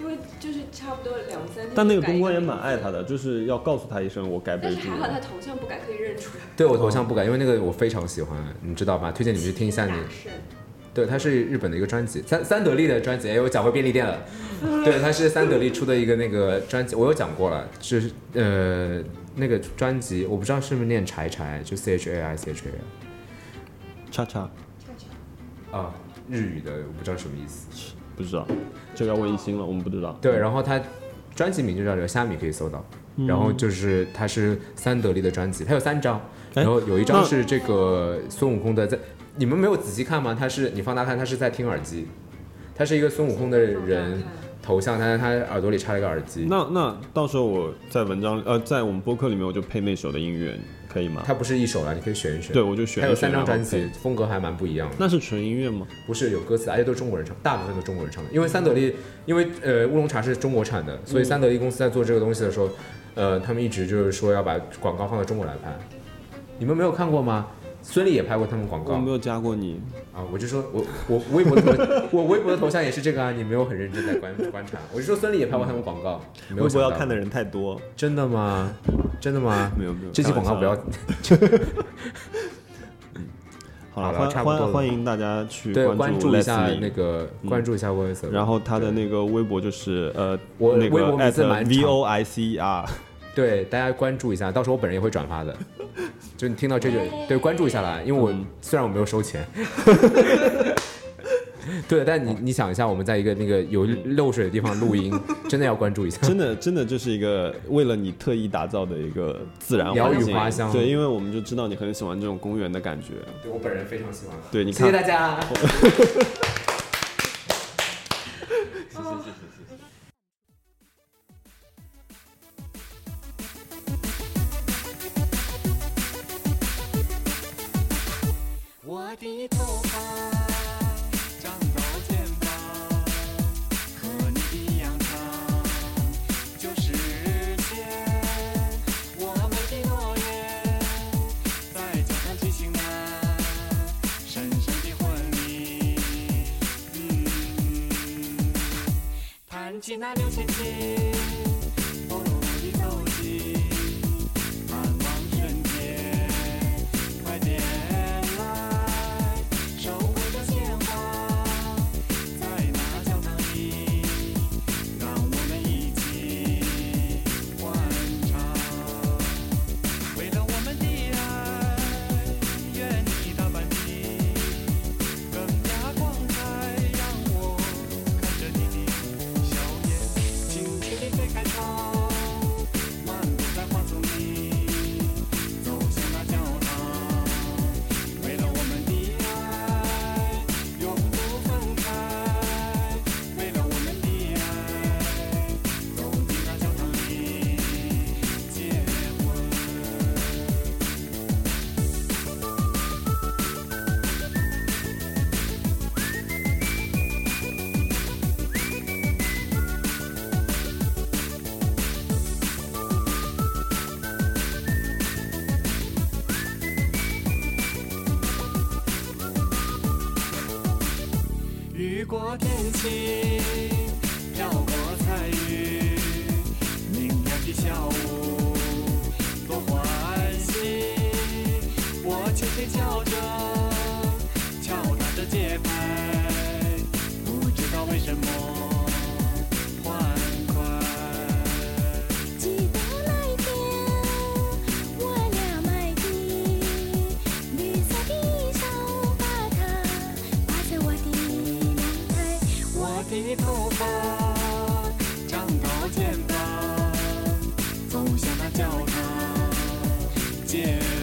因为就是差不多两三天。
但那个公关也蛮爱他，的，就是要告诉他一声我改
但
备
是
注
还好他
了。
头像不改，可以认出来。
对我头像不改，因为那个我非常喜欢，你知道吧？推荐你们去听一下你。
打胜
对，它是日本的一个专辑，三三得利的专辑。哎，我讲回便利店了。对，它是三得利出的一个那个专辑，我有讲过了，就是呃那个专辑，我不知道是不是念柴柴，就 C H A I C H A
叉叉，
I 啊，日语的我不知道什么意思。
不知道，这个要问一星了，我们不知道。
对，然后它专辑名就叫这个，虾米可以搜到。
嗯
然后就是它是三得利的专辑，它有三张，
哎
然后有一张
那
是这个孙悟空的，在你们没有仔细看吗？它是你放大看，它是在听耳机，它是一个孙悟空的人头像，但是他耳朵里插了一个耳机。
那那到时候我在文章呃，在我们播客里面我就配那首的音乐，可以吗？
它不是一首啊啦，你可以选一选。
对，，我就选。
它有三
然
张
后
专
配
辑，，风格还蛮不一样的。
那是纯音乐吗？
不是有歌词，而且都是中国人唱，大部分都是中国人唱的。因为三得利，因为呃乌龙茶是中国产
嗯
的，所以三得利公司在做这个东西的时候，呃，他们一直就是说要把广告放到中国来拍。你们没有看过吗？孙俪也拍过他们广告
我没有加过你，
啊！我就说我我微博的头我微博的头像也是这个啊，你没有很认真在观观察。我就说孙俪也拍过他们广告，你没
嗯
有
微博要
想到
看的人太多，
真的吗？真的吗？
没有没有。
这期广告不要
开玩笑。好
好了
了，
差
欢
不多了
欢欢迎大家去
对
关
关注一下
Leslie 嗯
那个关注一下 Voice，
然后他的那个微博就是呃，
我
那
微
个
博名字
at
蛮
v
长
o i c e r，
对，大家关注一下，到时候我本人也会转发 的。就你听到这句，对，关注一下啦，因为我、
嗯
虽然我没有收钱， 对，但你你想一下，我们在一个那个有漏水的地方录音， 真的要关注一下。
真的真的就是一个为了你特意打造的一个自然
鸟
环
语
境
花香
对，因为我们就知道你很喜欢这种公园的感觉。
对我本人非常喜欢。
对，你
谢
看，
谢大家。
我的头发长到肩膀，和你一样长，就是日间。我们的诺言，再加上激情男，神圣的婚礼。嗯，弹起那六弦琴，不如的奏起。盼望瞬间，快点来，手握着鲜花，在那教堂里，让我们一起欢唱。为了我们的爱，愿你大半地更空气飘过彩云，明亮的下午多欢喜。我轻轻敲着敲打着节拍，不知道为什么欢快。
记得那一天，我俩买的绿色的手把它挂在我的阳台。
我的头发长到肩膀，走向那教堂，街